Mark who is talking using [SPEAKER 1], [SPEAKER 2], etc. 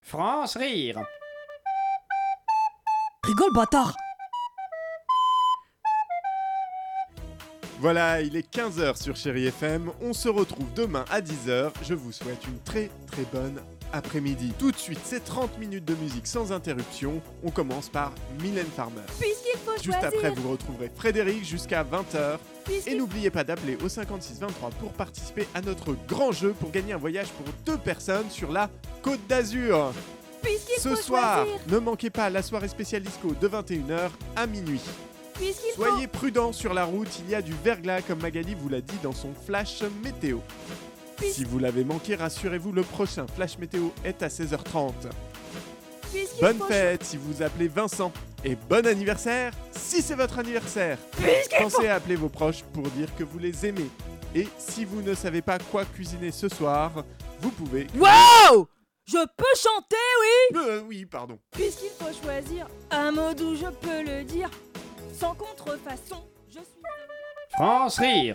[SPEAKER 1] France rire.
[SPEAKER 2] Rigole, bâtard
[SPEAKER 3] Voilà, il est 15h sur Chéri FM. On se retrouve demain à 10h. Je vous souhaite une très très bonne après-midi. Tout de suite, c'est 30 minutes de musique sans interruption. On commence par Mylène Farmer.
[SPEAKER 4] Puisqu'il faut
[SPEAKER 3] Juste
[SPEAKER 4] choisir.
[SPEAKER 3] après, vous retrouverez Frédéric jusqu'à 20h. Et
[SPEAKER 4] Puisqu'il
[SPEAKER 3] n'oubliez pas d'appeler au 5623 pour participer à notre grand jeu pour gagner un voyage pour deux personnes sur la Côte d'Azur.
[SPEAKER 4] puisqu'il
[SPEAKER 3] Ce
[SPEAKER 4] faut
[SPEAKER 3] soir,
[SPEAKER 4] choisir.
[SPEAKER 3] ne manquez pas la soirée spéciale disco de 21h à minuit.
[SPEAKER 4] Puisqu'il faut.
[SPEAKER 3] Soyez prudents sur la route, il y a du verglas comme Magali vous l'a dit dans son flash météo. Si vous l'avez manqué, rassurez-vous, le prochain flash météo est à 16h30.
[SPEAKER 4] Puisqu'il
[SPEAKER 3] Bonne
[SPEAKER 4] faut
[SPEAKER 3] fête si vous appelez Vincent et bon anniversaire si c'est votre anniversaire.
[SPEAKER 4] Puisqu'il
[SPEAKER 3] Pensez à appeler vos proches pour dire que vous les aimez. Et si vous ne savez pas quoi cuisiner ce soir, vous pouvez...
[SPEAKER 2] Wow Je peux chanter
[SPEAKER 3] Euh, oui, pardon.
[SPEAKER 4] Puisqu'il faut choisir un mot d'où je peux le dire sans contrefaçon. Je suis.
[SPEAKER 1] France rire.